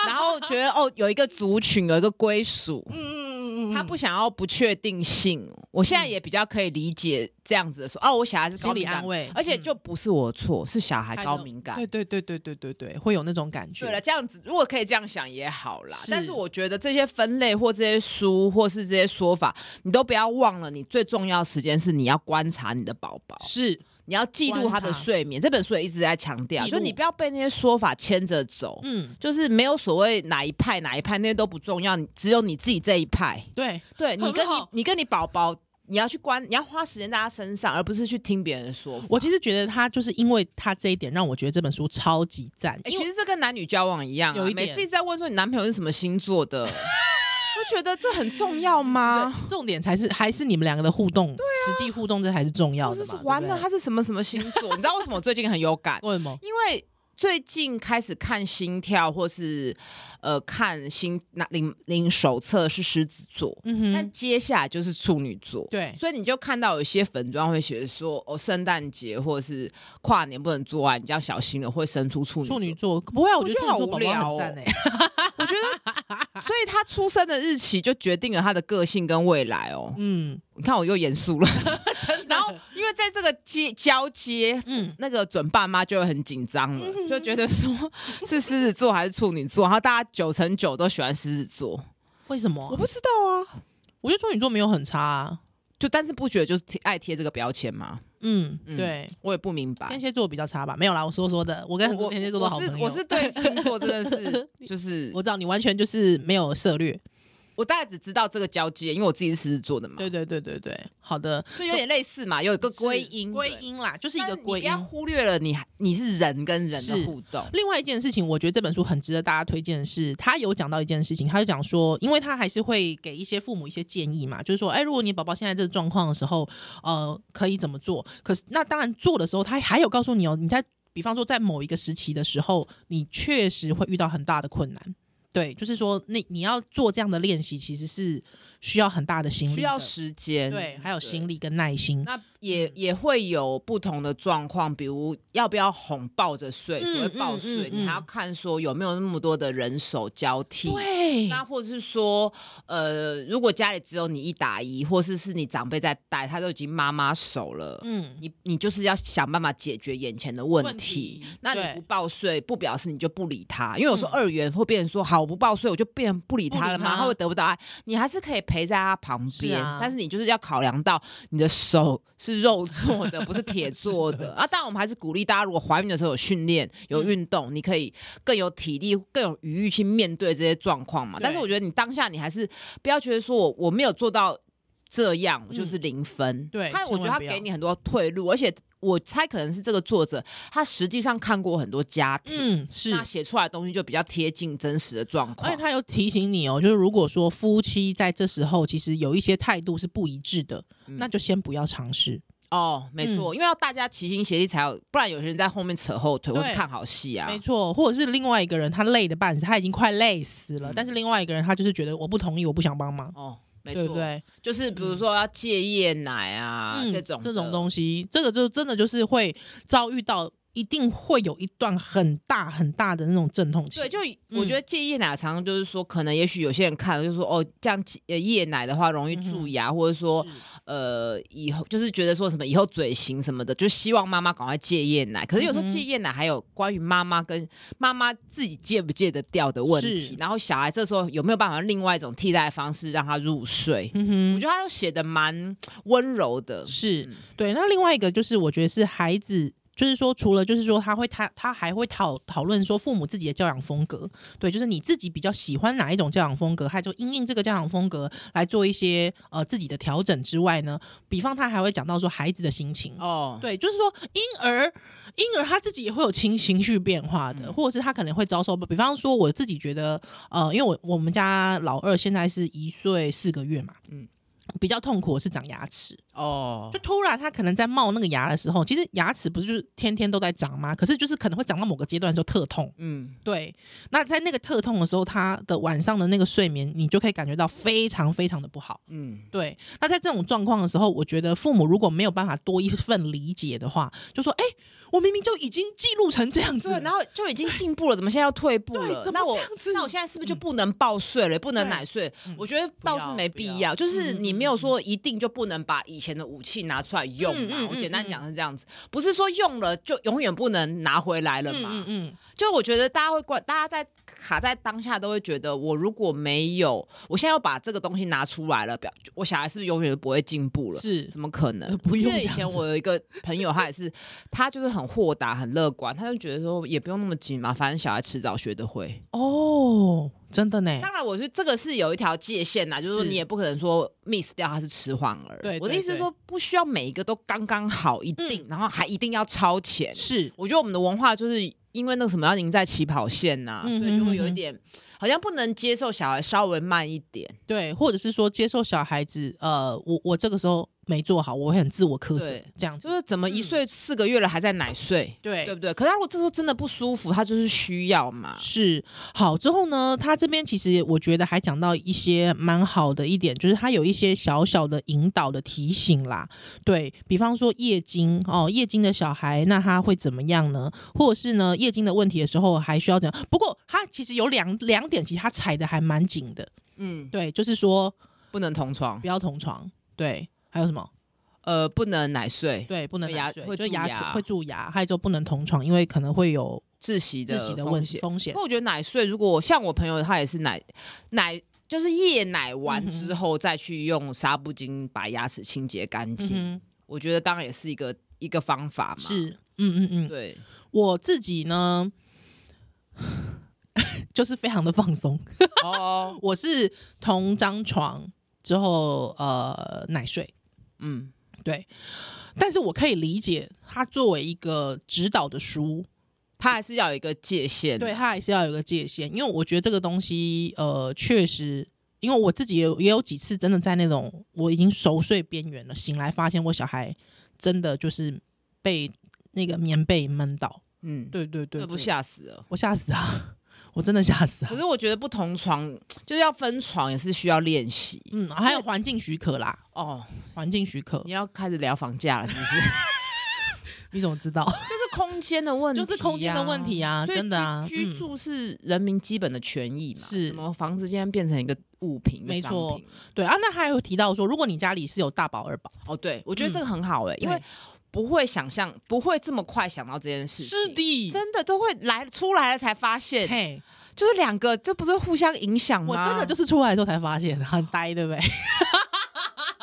S2: 然后觉得哦有一个族群有一个归属，
S1: 嗯嗯嗯嗯
S2: 他不想要不确定性。我现在也比较可以理解这样子的说，哦，我小孩是高
S1: 心理
S2: 敏感
S1: 安，慰，
S2: 而且
S1: 嗯
S2: 就不是我的错，是小孩高敏感
S1: 对。对对对对对对，会有那种感觉。
S2: 对了，这样子如果可以这样想也好啦。
S1: 是
S2: 但是我觉得这些分类或这些书或是这些说法，你都不要忘了，你最重要的时间是你要观察你的宝宝。
S1: 是
S2: 你要记录他的
S1: 观察
S2: 睡眠。这本书也一直在强调，
S1: 记
S2: 就
S1: 录
S2: 你不要被那些说法牵着走，
S1: 嗯，
S2: 就是没有所谓哪一派哪一派，那些都不重要，你只有你自己这一派。
S1: 对，
S2: 对你
S1: 很
S2: 跟你
S1: 好
S2: 你跟你宝宝，你要去关，你要花时间在他身上，而不是去听别人的说法。
S1: 我其实觉得他就是因为他这一点，让我觉得这本书超级赞。
S2: 欸
S1: 因
S2: 其
S1: 为
S2: 实这跟男女交往一样、啊，
S1: 有一
S2: 每
S1: 点
S2: 次一直在问说你男朋友是什么星座 *laughs* 的，我觉得这很重要吗？
S1: 对重点才是还是你们两个的互动，实际互动这才是重要
S2: 或
S1: 的
S2: 者
S1: 嘛。
S2: 啊是完
S1: 对
S2: 了
S1: 不
S2: 他是什么什么星 *laughs* 座？你知道为什么我最近很有感
S1: 对？为什么？
S2: 因为最近开始看心跳，或是呃看心那领领手册是狮子座，
S1: 嗯
S2: 那、
S1: 哼，
S2: 接下来就是处女座。
S1: 对，
S2: 所以你就看到有些粉妆会写说哦，圣诞节或是跨年不能做爱，你就要小心了，会生出处女
S1: 处女
S2: 座。
S1: 座不会啊，我
S2: 我
S1: 觉
S2: 觉
S1: 得处
S2: 得好
S1: 女座宝
S2: 无聊
S1: 宝很
S2: 哦
S1: 赞哎、
S2: 我觉
S1: *laughs*
S2: 得，所以他出生的日期就决定了他的个性跟未来哦。 *laughs*
S1: 嗯，
S2: 你看我又严肃了，
S1: 真
S2: 然后 *laughs* 因为在这个接交接
S1: 嗯，
S2: 那个准爸妈就会很紧张了，就觉得说是狮子座还是处女座，然后大家九成九都喜欢狮子座，
S1: 为什么
S2: 我
S1: 啊？
S2: 不知道啊，
S1: 我觉得处女座没有很差、啊，
S2: 就但是不觉得就是贴爱贴这个标签吗？
S1: 嗯，
S2: 嗯
S1: 对，
S2: 我也不明白
S1: 天。蝎座比较差吧？没有啦，我说说的，我跟很多天蝎座
S2: 我
S1: 的好
S2: 我
S1: 朋
S2: 是
S1: 友，
S2: 我是对星座真的是
S1: *laughs*
S2: 就是
S1: 我
S2: 我
S1: 知道你完全就是没有涉略，
S2: 我大概只知道这个交接，因为我自己是狮子座的嘛，
S1: 对对对对对，好的，
S2: 所以有点类似嘛，有一个归因
S1: 归
S2: 对
S1: 因啦，就是一
S2: 但
S1: 个
S2: 你
S1: 归
S2: 不要
S1: 因。
S2: 忽略了你还你是人跟人的
S1: 是
S2: 互动，
S1: 另外一件事情，我觉得这本书很值得大家推荐的是，他有讲到一件事情，他就讲说，因为他还是会给一些父母一些建议嘛，就是说，哎，如果你宝宝现在这个状况的时候，呃，可以怎么做？可是那当然做的时候，他还有告诉你哦，你在比方说在某一个时期的时候，你确实会遇到很大的困难。对，就是说，那你要做这样的练习，其实是需要很大的心力的，
S2: 需要时间，
S1: 对，还有
S2: 对
S1: 心力跟耐心。
S2: 那也
S1: 嗯
S2: 也会有不同的状况，比如要不要哄抱着睡，
S1: 嗯
S2: 所谓抱睡，
S1: 嗯嗯
S2: 你还要看说有没有那么多的人手交替，
S1: 对对，
S2: 那或者是说，呃，如果家里只有你一打一，或是是你长辈在带，他都已经妈妈手了，
S1: 嗯，
S2: 你你就是要想办法解决眼前的问题。
S1: 问题
S2: 那你
S1: 对
S2: 不报税，不表示你就不理他，因为有时候
S1: 嗯
S2: 二元会变成说，好，我不报税，我就变成不理他了
S1: 不
S2: 吗？
S1: 理他
S2: 他会得不到爱，你还是可以陪在他旁
S1: 是
S2: 边，
S1: 啊
S2: 但是你就是要考量到你的手是肉做的，不是铁
S1: *laughs*
S2: 做
S1: 是
S2: 的
S1: 的嗯
S2: 啊。当然，我们还是鼓励大家，如果怀孕的时候有训练、有运动，你可以更有体力、更有余裕去面对这些状况嘛。
S1: 对
S2: 但是我觉得你当下你还是不要觉得说我我没有做到这样，我
S1: 嗯
S2: 就是零分。
S1: 对
S2: 他我
S1: 千
S2: 觉得
S1: 万
S2: 他
S1: 不要
S2: 给你很多退路，而且我猜可能是这个作者他实际上看过很多家庭，
S1: 嗯是
S2: 那。写出来的东西就比较贴近真实的状
S1: 而
S2: 况
S1: 且。他有提醒你哦，就是如果说夫妻在这时候其实有一些态度是不一致的，
S2: 嗯
S1: 那就嗯先不要尝试。
S2: 哦，没错，因为要大家齐心协力才有，不然有些人在后面扯后腿
S1: 对
S2: 或是看好戏啊
S1: 没。错，或者是另外一个人他累得半死，他已经快累死了，
S2: 嗯
S1: 但是另外一个人他就是觉得我不同意，我不想帮忙，
S2: 哦，没错，
S1: 对不对？
S2: 就是比如说要戒夜奶啊、
S1: 嗯
S2: 这种
S1: 这种
S2: 东
S1: 东西，这个就真的就是会遭遇到，一定会有一段很大很大的那种阵痛期。
S2: 对，就我觉
S1: 嗯
S2: 得戒夜奶常常就是说，可能也许有些人看了就说哦，这样戒呃夜奶的话容易蛀牙，或者说
S1: 嗯是
S2: 呃，以后就是觉得说什么以后嘴型什么的，就希望妈妈赶快戒夜奶。可是有时候
S1: 嗯哼
S2: 戒夜奶还有关于妈妈跟妈妈自己戒不戒得掉的问
S1: 是
S2: 题，然后小孩这时候有没有办法用另外一种替代方式让他入睡？
S1: 嗯哼，
S2: 我觉得他又写的蛮温柔的，
S1: 是
S2: 嗯
S1: 对。那另外一个就是，我觉得是孩子。就是说，除了就是说，他会他他还会讨讨论说父母自己的教养风格，对，就是你自己比较喜欢哪一种教养风格，他就因应这个教养风格来做一些呃自己的调整之外呢，比方他还会讲到说孩子的心情，
S2: 哦，
S1: 对，就是说婴儿婴儿他自己也会有情情绪变化的，
S2: 嗯
S1: 或者是他可能会遭受，比方说我自己觉得，呃，因为我我们家老二现在是一岁四个月嘛，嗯
S2: 嗯。
S1: 比较痛苦的是长牙齿，
S2: 哦
S1: 就，突然他可能在冒那个牙的时候，其实牙齿不是就是天天都在长吗？可是就是可能会长到某个阶段的时候特痛，
S2: 嗯，
S1: 对。那在那个特痛的时候，他的晚上的那个睡眠，你就可以感觉到非常非常的不好。
S2: 嗯，
S1: 对，那在这种状况的时候，我觉得父母如果没有办法多一份理解的话，就说：“哎、我明明就已经记录成这样子
S2: 对
S1: 了，，
S2: 然后就已经进步了，怎么现在要退步
S1: 对
S2: 了？
S1: 怎么
S2: 那我
S1: 这样子嗯
S2: 那我现在是不是就不能报税了，不能
S1: 对
S2: 奶税
S1: 嗯？
S2: 我觉得倒是没必要，就是你没有说一定就不能把以前的武器拿出来用嘛
S1: 嗯嗯嗯。
S2: 我简单讲是这样子，不是说用了就永远不能拿回来了嘛。
S1: 嗯嗯
S2: 就我觉得大家会关，大家在卡在当下都会觉得，我如果没有，我现在要把这个东西拿出来了，表我小孩是不是永远不会进步
S1: 嗯，
S2: 了？
S1: 是
S2: 怎么可能？
S1: 不
S2: 我记
S1: 用
S2: 得
S1: 这
S2: 以
S1: 样
S2: 前
S1: 子
S2: 我有一个朋友，他也是，他就是很豁达、很乐观，他就觉得说也不用那么急嘛，反正小孩迟早学得会。
S1: 哦，真的呢，
S2: 当然，我觉得这个是有一条界限啦，就是说
S1: 是
S2: 你也不可能说 miss 掉他是迟缓儿。
S1: 对
S2: 我的
S1: 对
S2: 意思是
S1: 对嗯
S2: 说，不需要每一个都刚刚好，一定，然后还一定要超前。
S1: 是
S2: 我觉得我们的文化就是因为那个什么要赢在起跑线呐、
S1: 嗯哼
S2: 所以就会有
S1: 嗯
S2: 一
S1: 哼
S2: 点好像不能接受小孩稍微慢一点。
S1: 对，或者是说接受小孩子，呃，我我这个时候没做好，我会很自我苛责
S2: 对，
S1: 这样子，
S2: 就是怎么一
S1: 嗯
S2: 岁四个月了还在奶睡，
S1: 对
S2: 对不对？可是他如果这时候真的不舒服，他就是需要嘛。
S1: 是好之后呢，他这边其实我觉得还讲到一些蛮好的一点，就是他有一些小小的引导的提醒啦。对比方说夜惊哦，夜惊的小孩，那他会怎么样呢？或者是呢，夜惊的问题的时候还需要怎样？不过他其实有两两点，其实他踩的还蛮紧的。
S2: 嗯，
S1: 对，就是说
S2: 不能同床，
S1: 不要同床。对，还有什么？
S2: 呃，不能奶睡，
S1: 对，不能
S2: 牙
S1: 打睡
S2: 会
S1: 就
S2: 蛀
S1: 牙齿
S2: 牙
S1: 会蛀牙，还有就不能同床，因为可能会有
S2: 窒息的
S1: 窒息的
S2: 风
S1: 问
S2: 险。
S1: 风险
S2: 不。过我觉得奶睡，如果像我朋友他也是奶奶，就是夜奶完
S1: 嗯
S2: 之后再去用纱布巾把牙齿清洁干
S1: 嗯
S2: 净，
S1: 哼，
S2: 我觉得当然也是一个一个方法嘛。，
S1: 是，嗯嗯嗯。 *laughs*
S2: 对，
S1: 我自己呢，就是非常的放松。
S2: 哦，
S1: 我是同张床之后呃奶睡，
S2: 嗯，
S1: 但是我可以理解它作为一个指导的书，
S2: 他还是要有一个界限。
S1: 对，它还是要有个界限，因为我觉得这个东西呃确实。因为我自己也有也有几次真的在那种我已经熟睡边缘了，醒来发现我小孩真的就是被那个棉被闷到，
S2: 嗯，
S1: 对对对
S2: 这不
S1: 对
S2: 吓死了。
S1: 我吓死啊！我真的吓死啊！
S2: 可是我觉得不同床就是要分床，也是需要练习
S1: 嗯，还有环境许可啦，
S2: 哦。
S1: 环境许可
S2: 你，要开始聊房价了，是不是？
S1: 你怎么知道？
S2: 就是空间的问题、
S1: 就是空间的问题
S2: 啊。
S1: 啊，
S2: 所以
S1: 真的啊，
S2: 居居
S1: 嗯
S2: 住是人民基本的权益嘛？
S1: 是
S2: 什么房子竟然变成一个物品？一个
S1: 没
S2: 商
S1: 错
S2: 品。
S1: *laughs* 对啊。那还有提到说，如果你家里是有大宝二宝，
S2: 哦，对，我觉得这个很好哎、因
S1: 嗯对
S2: 为不会想象，不会这么快想到这件事情。
S1: 是的，
S2: 真的都会来出来了才发现，
S1: 嘿，
S2: 就是两个，这不是互相影响
S1: 我
S2: 吗？
S1: 真的就是出来的时候才发现，很呆，对不对？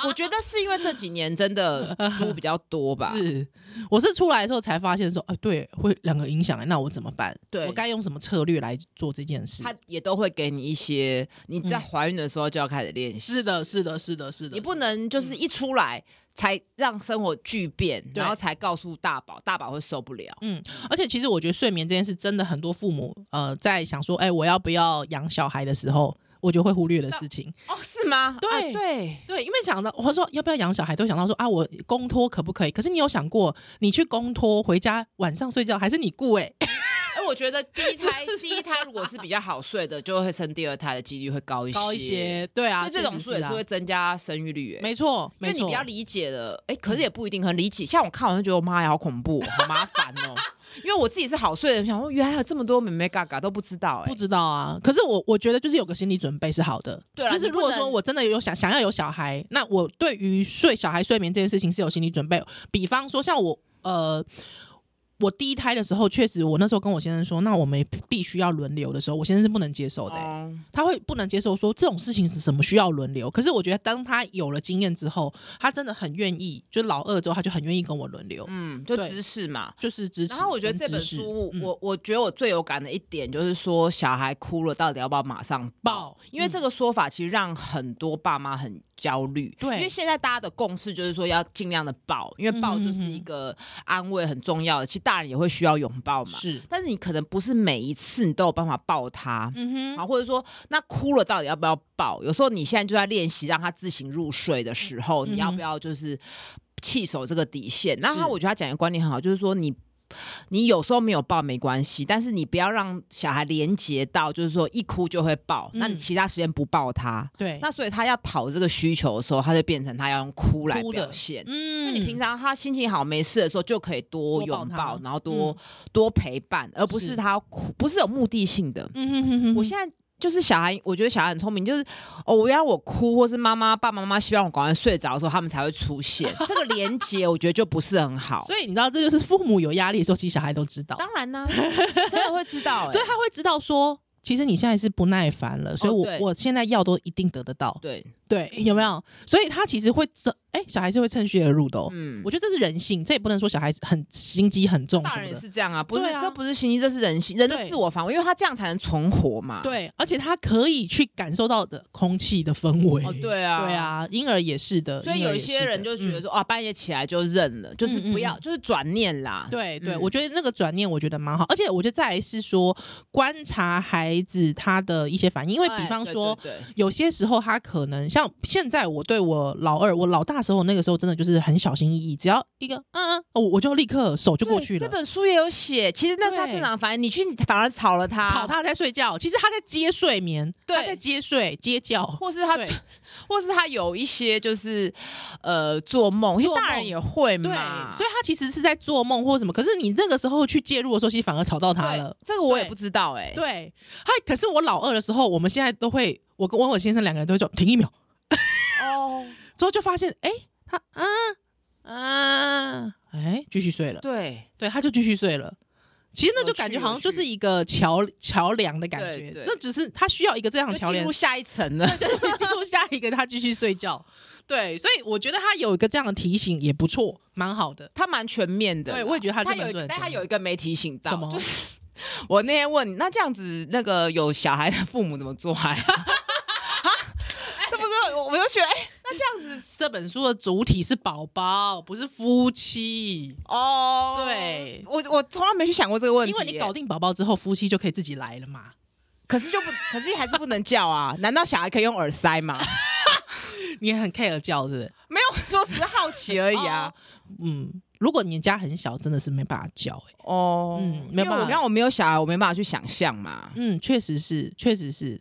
S2: 我觉得是因为这几年真的书比较多吧，
S1: *laughs* 是，我是出来的时候才发现说，哎、对，会两个影响、哎那我怎么办？
S2: 对
S1: 我该用什么策略来做这件事？
S2: 他也都会给你一些，你在
S1: 嗯
S2: 怀孕的时候就要开始练习，
S1: 是的，是的，是的，是的，
S2: 你不能就是一出来才让生活巨变，
S1: 对
S2: 然后才告诉大宝，大宝会受不了。
S1: 而且其实我觉得睡眠这件事，真的很多父母呃在想说，哎、我要不要养小孩的时候，我就会忽略的事情。
S2: 哦，是吗？
S1: 对
S2: 啊对，
S1: 对，因为想到我说要不要养小孩，都想到说啊，我公托可不可以？可是你有想过，你去公托回家晚上睡觉还是你雇、哎，
S2: 哎、我觉得第一胎第一胎如果 *laughs* 是比较好睡的，就会生第二胎的几率会高一些，
S1: 高一。些，对啊，
S2: 所以这种书也
S1: 确
S2: 是
S1: 实
S2: 会增加生育率、
S1: 啊，
S2: 哎
S1: 没错，
S2: 因
S1: 没
S2: 为你
S1: 错，
S2: 比较理解的，哎、可是也不一定很理解。像我看完就觉得，我妈呀，好恐怖哦，好麻烦哦。因为我自己是好睡的人，想说原来有这么多妹妹嘎嘎都不知道、
S1: 不
S2: 哎，
S1: 知道啊，可是我我觉得就是有个心理准备是好的，
S2: 对啦
S1: 就是
S2: 你不
S1: 如果
S2: 能
S1: 说我真的有想想要有小孩，那我对于睡小孩睡眠这件事情是有心理准备。比方说像我呃，我第一胎的时候，确实我那时候跟我先生说，那我们必须要轮流的时候，我先生是不能接受的、欸
S2: 哦
S1: 他会不能接受说这种事情怎么需要轮流。可是我觉得当他有了经验之后，他真的很愿意，就老二之后他就很愿意跟我轮流，
S2: 嗯，就
S1: 对
S2: 知识嘛。
S1: 就是支持。
S2: 然后我觉得这本
S1: 支持
S2: 书，
S1: 嗯
S2: 我我觉得我最有感的一点就是说，小孩哭了到底要不要马上抱？
S1: 爆，
S2: 因为这
S1: 个、
S2: 个说法其实让很多爸妈很焦虑。
S1: 对嗯
S2: 因为现在大家的共识就是说要尽量的抱，因为抱就是一个安慰很重要的，其实大人也会需要拥抱嘛。
S1: 嗯是，
S2: 但是你可能不是每一次你都有办法抱他。
S1: 嗯哼。
S2: 啊，或者说，那哭了到底要不要抱？有时候你现在就在练习让他自行入睡的时候，
S1: 嗯
S2: 你要不要就是弃守这个底线？
S1: 是
S2: 那他我觉得他讲的观念很好，就是说你你有时候没有抱没关系，但是你不要让小孩连接到，就是说一哭就会抱，那你
S1: 嗯
S2: 其他时间不抱他，
S1: 对，
S2: 那所以他要讨这个需求的时候，他就变成他要用哭来
S1: 哭的
S2: 表现。
S1: 嗯，
S2: 那你平常他心情好没事的时候，就可以多
S1: 多抱
S2: 拥
S1: 他嗯
S2: 抱，然后多、多陪伴，而不
S1: 是
S2: 是他哭，不是有目的性的。
S1: 嗯哼哼哼
S2: 我现在就是小孩，我觉得小孩很聪明，就是哦，我要我哭，或是妈妈、爸爸妈妈希望我赶快睡着的时候，他们才会
S1: *laughs*
S2: 出现。这个连接，我觉得就不是很好。
S1: 所以你知道，这就是父母有压力的时候，其实小孩都知道，
S2: 当然 *laughs* 呢、真的会知道、
S1: 所以他会知道欸说，其实你现在是不耐烦了，所以我、
S2: 哦对
S1: 我现在要都一定得得到，
S2: 对，
S1: 对，有没有？所以他其实会这，哎、小孩是会趁虚而入的、哦。
S2: 嗯
S1: 我。觉得这是人性，这也不能说小孩子很心机很重
S2: 大
S1: 什
S2: 人
S1: 么
S2: 也
S1: 的。
S2: 是这样啊，不是、
S1: 对啊
S2: 这不是心机，这是人性，人的
S1: 对
S2: 自我防卫，因为他这样才能存活嘛。
S1: 对，而且他可以去感受到的空气的氛围。
S2: 哦，对啊，
S1: 对。啊，婴儿也是的。
S2: 所以
S1: 婴儿
S2: 有一
S1: 也是
S2: 些
S1: 的
S2: 人就觉得
S1: 嗯
S2: 说，啊，半夜起来就认了，就是不要，
S1: 嗯
S2: 就是转念啦。
S1: 对对，
S2: 嗯
S1: 我觉得那个转念我觉得蛮好，而且我觉得再来是说观察孩子他的一些反应，因为
S2: 哎，
S1: 比方
S2: 对
S1: 说，
S2: 对对
S1: 有些时候他可能像现在，我对我老二，我老大时候那个时候真的就是很小心翼翼，只要一个嗯嗯，我我就立刻手就过
S2: 对
S1: 去
S2: 这
S1: 了，
S2: 本书也有写，其实那是他
S1: 对
S2: 正常反应，你去反而吵了他，
S1: 吵他在睡觉，其实他在接睡眠，
S2: 啊对
S1: 他在接睡接觉，
S2: 或是
S1: *laughs*
S2: 他
S1: 对，
S2: 或是他有一些就是呃做梦，因为
S1: 做梦
S2: 大人也会
S1: 对，
S2: 嘛，
S1: 所以他其实是在做梦或什么，可是你那个时候去介入的时候，其实反而吵到他
S2: 对
S1: 了。
S2: 这个我也
S1: 对
S2: 不知道哎、
S1: 对，还可是我老二的时候，我们现在都会，我跟我我先生两个人都会说停一秒，
S2: 哦，
S1: 之后就发现，哎、他啊啊，哎、继续睡了。
S2: 对，
S1: 对，他就继续睡了。其实那就
S2: 有
S1: 感觉
S2: 趣
S1: 好
S2: 有
S1: 像就是
S2: 趣
S1: 一个桥桥梁的感
S2: 对
S1: 觉
S2: 对，
S1: 那只是他需要一个这样的
S2: 就
S1: 桥
S2: 进
S1: 梁
S2: 入，下一层了。
S1: 对， *laughs* 进入下一个他继续睡觉。对，所以我觉得他有一个这样的提醒也不错，蛮好的。
S2: 他蛮全面的啦，
S1: 对我也觉得他这
S2: 他
S1: 本
S2: 有
S1: 书
S2: 一，
S1: 很
S2: 但
S1: 全
S2: 他
S1: 面
S2: 有一个没提醒到
S1: 什，么
S2: 就是我那天问你，那这样子那个有小孩的父母怎么做
S1: *laughs*
S2: 爱啊？啊这不是我，我就觉得哎、那这样子
S1: 这本书的主体是宝宝，不是夫妻，
S2: 哦，
S1: 对
S2: 我我从来没去想过这个问题
S1: 因
S2: 耶、
S1: 为你搞定宝宝之后，夫妻就可以自己来了嘛。
S2: 可是就不，可是还是不能叫啊？难道小孩可以用耳塞
S1: *laughs*
S2: 吗？
S1: 你也很 care 教是不是？
S2: 没有，说只是好奇而已啊。
S1: 嗯，如果你家很小，真的是没办法教、欸。
S2: 哦，
S1: 嗯
S2: 嗯，
S1: 没有办法
S2: 我刚我没有小孩，我没办法去想象嘛。
S1: 嗯，确实是，确实是，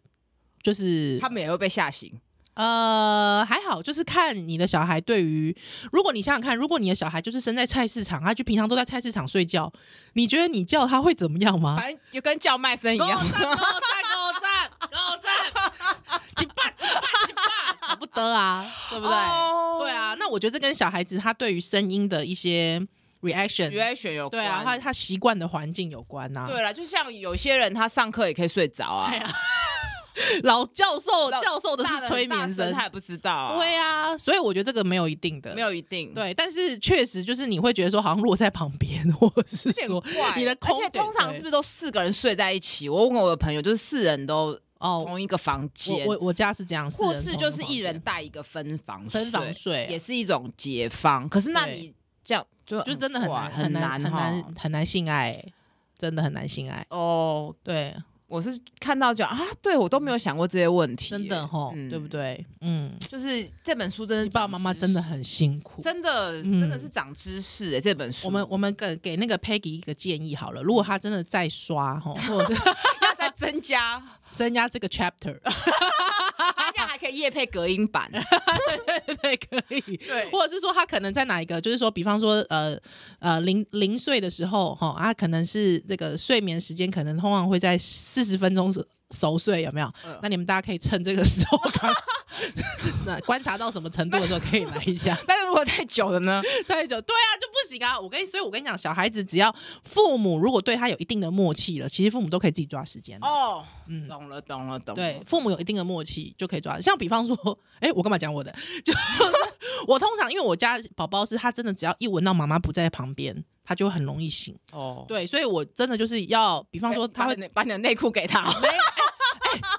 S1: 就是
S2: 他们也会被吓醒，
S1: 呃，还好，就是看你的小孩对于，如果你想想看，如果你的小孩就是生在菜市场，他就平常都在菜市场睡觉，你觉得你叫他会怎么样
S2: *laughs*
S1: 吗？
S2: 反正就跟叫卖声一
S1: 给我赞，
S2: 样。
S1: 给我赞，给我赞， *laughs* 几巴几巴几巴，舍不得啊，对不对？
S2: 哦
S1: 对啊，那我觉得这跟小孩子他对于声音的一些 reaction，
S2: ，reaction 有
S1: 对啊，他
S2: 关
S1: 他习惯的环境有关呐、啊。
S2: 对了，就像有些人他上课也可以睡着啊
S1: 哎，呀，老教授
S2: 老
S1: 教授的
S2: 大
S1: 是催
S2: 大
S1: 眠声
S2: 他，也不知道啊，
S1: 对啊，所以我觉得这个没有一定的，
S2: 没有一定，，
S1: 对，但是确实就是你会觉得说，好像落在旁边， *laughs* 或者是说
S2: 怪
S1: 你的
S2: 而
S1: 空
S2: 且
S1: 间
S2: 通常
S1: 对
S2: 是不是都四个人睡在一起？我问过我的朋友，就是四人都
S1: 哦，
S2: 同一个房
S1: 我
S2: 间，
S1: 我哦我家是这样，四
S2: 或
S1: 人
S2: 是
S1: 同
S2: 就是
S1: 房
S2: 一人
S1: 间
S2: 带一个分房
S1: 分房睡，
S2: 也是一种解放。可是那
S1: 对
S2: 你这样就
S1: 就真的很
S2: 怪
S1: 难很难
S2: 难
S1: 很
S2: 哈
S1: 难很难性爱，真的很难性爱。
S2: 哦。
S1: 对，
S2: 我是看到就啊，对我都没有想过这些问题耶，
S1: 真的吼，
S2: 嗯
S1: 对不？对？嗯，
S2: 就是这本书真的
S1: 你
S2: 是
S1: 爸爸
S2: 长
S1: 妈妈
S2: 知
S1: 真的
S2: 识
S1: 很辛苦。
S2: 真的
S1: 嗯
S2: 真的是长知识哎、这本书
S1: 我们我们给给那个 Peggy 一个建议好了，如果他真的再刷吼，或者是
S2: 要再增加， *laughs*
S1: 增加这个 chapter，
S2: 大家还可以夜配隔音板，
S1: *laughs* 对，可以。
S2: 对
S1: *laughs* 或者是说他可能在哪一个，就是说，比方说，呃呃，零零岁的时候，哈、啊，可能是这个睡眠时间，可能通常会在四十分钟熟熟睡，有没有？
S2: 嗯
S1: 那你们大家可以趁这个时候看， *laughs* 那观察到什么程度的时候可以来一下。
S2: 但是如果太久了呢？
S1: 太久， *laughs* 对啊，就不行啊！我跟你，所以我跟你讲，小孩子只要父母如果对他有一定的默契了，其实父母都可以自己抓时间的。
S2: 哦，
S1: 嗯
S2: 懂了懂了懂了，
S1: 对，父母有一定的默契就可以抓。像比方说， *laughs* 哎、我干嘛讲我的？就是 *laughs* 我通常因为我家宝宝是他真的只要一闻到妈妈不在旁边，他就会很容易醒。
S2: 哦，哎
S1: 对，所以我真的就是要，比方
S2: 他
S1: 说他
S2: *laughs*
S1: 会，
S2: 把你把你的内裤给他，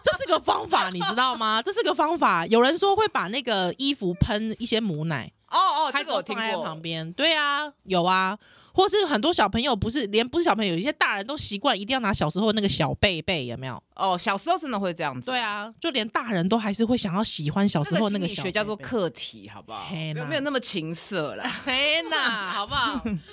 S1: 这是个方法，你知道吗？这是个方法。有人说会把那个衣服喷一些母奶，
S2: 哦哦，
S1: 他
S2: 这个我听
S1: 放在
S2: 过，
S1: 旁边。对啊，有啊。或是很多小朋友不是连不是小朋友，有一些大人都习惯一定要拿小时候那个小贝贝，有没有？
S2: 哦，小时候真的会这样子，
S1: 对，啊，就连大人都还是会想要喜欢小时候那个
S2: 心理
S1: 小
S2: 学叫做
S1: 贝贝
S2: 课题，好不好？
S1: 嘿啦
S2: 有没有那么情色
S1: *laughs*
S2: 啦？
S1: 天呐，
S2: *laughs*
S1: 好不好？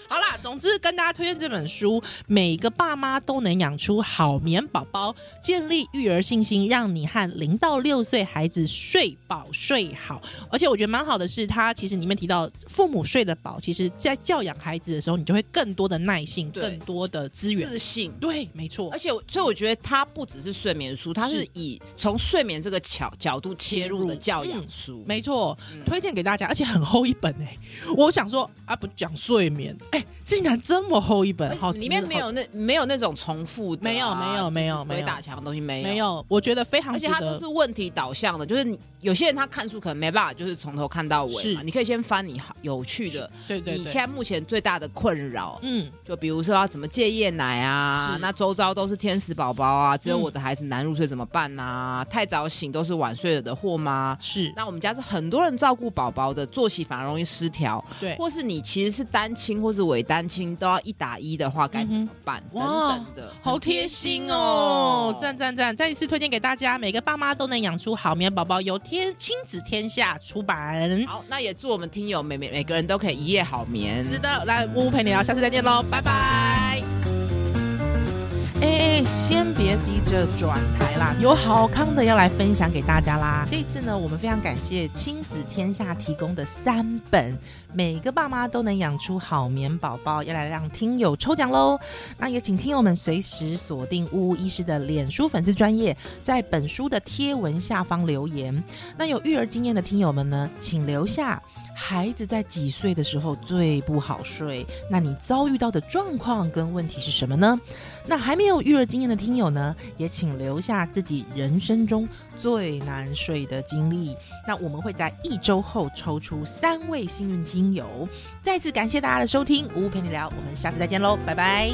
S1: 好啦，总之跟大家推荐这本书，每个爸妈都能养出好眠宝宝，建立育儿信心，让你和零到六岁孩子睡饱睡好。而且我觉得蛮好的是，它其实里面提到父母睡得饱，其实在教养孩子的时候，你就会更多的耐性，
S2: 对
S1: 更多的资源。
S2: 自信。
S1: 对，没错
S2: 而，且我，所以我觉得它不只是睡眠书，它是
S1: 是
S2: 以从睡眠这个角角度切入的教
S1: 嗯
S2: 养书。
S1: 没错，
S2: 嗯
S1: 推荐给大家，而且很厚一本哎、我想说啊，不讲睡眠，哎、竟然这么厚一本，好值
S2: 哦里面没
S1: 好
S2: 有那没有那种重复的啊、
S1: 没有没有
S2: 就是
S1: 没有
S2: 不会
S1: 没有
S2: 打墙的东西没有
S1: 没，有，我觉得非常
S2: 而
S1: 值得。
S2: 且它都是问题导向的，就是你有些人他看书可能没办法，就是从头看到尾嘛，
S1: 是
S2: 你可以先翻你好有趣的，
S1: 对对对，
S2: 你现在目前最大的困扰。
S1: 嗯，
S2: 就比如说要怎么戒夜奶啊
S1: 是，
S2: 那周遭都是天使宝宝啊，只有
S1: 嗯
S2: 我的孩子难入睡怎么办啊？太早醒都是晚睡惹的祸吗？
S1: 是
S2: 那我们家是很多人照顾宝宝的，作息反而容易失调，
S1: 对，
S2: 或是你其实是单亲或是伪单亲，都要一打一的话该怎么办？
S1: 嗯
S2: 等
S1: 哼
S2: 等的，
S1: 好贴心哦，赞赞赞！再一次推荐给大家，每个爸妈都能养出好眠宝宝，由天亲子天下出版。
S2: 好，那也祝我们听友每每每个人都可以一夜好眠。
S1: 是的，来呜呜陪你聊，下次再见喽，拜拜。哎哎，先别急着转台啦，有好康的要来分享给大家啦。这次呢，我们非常感谢亲子天下提供的三本《每个爸妈都能养出好眠宝宝》，要来让听友抽奖喽。那也请听友们随时锁定呜呜医师的脸书粉丝专业，在本书的贴文下方留言。那有育儿经验的听友们呢，请留下孩子在几岁的时候最不好睡？那你遭遇到的状况跟问题是什么呢？那还没有育儿经验的听友呢，也请留下自己人生中最难睡的经历。那我们会在一周后抽出三位幸运听友。再次感谢大家的收听，无陪你聊，我们下次再见喽，拜拜。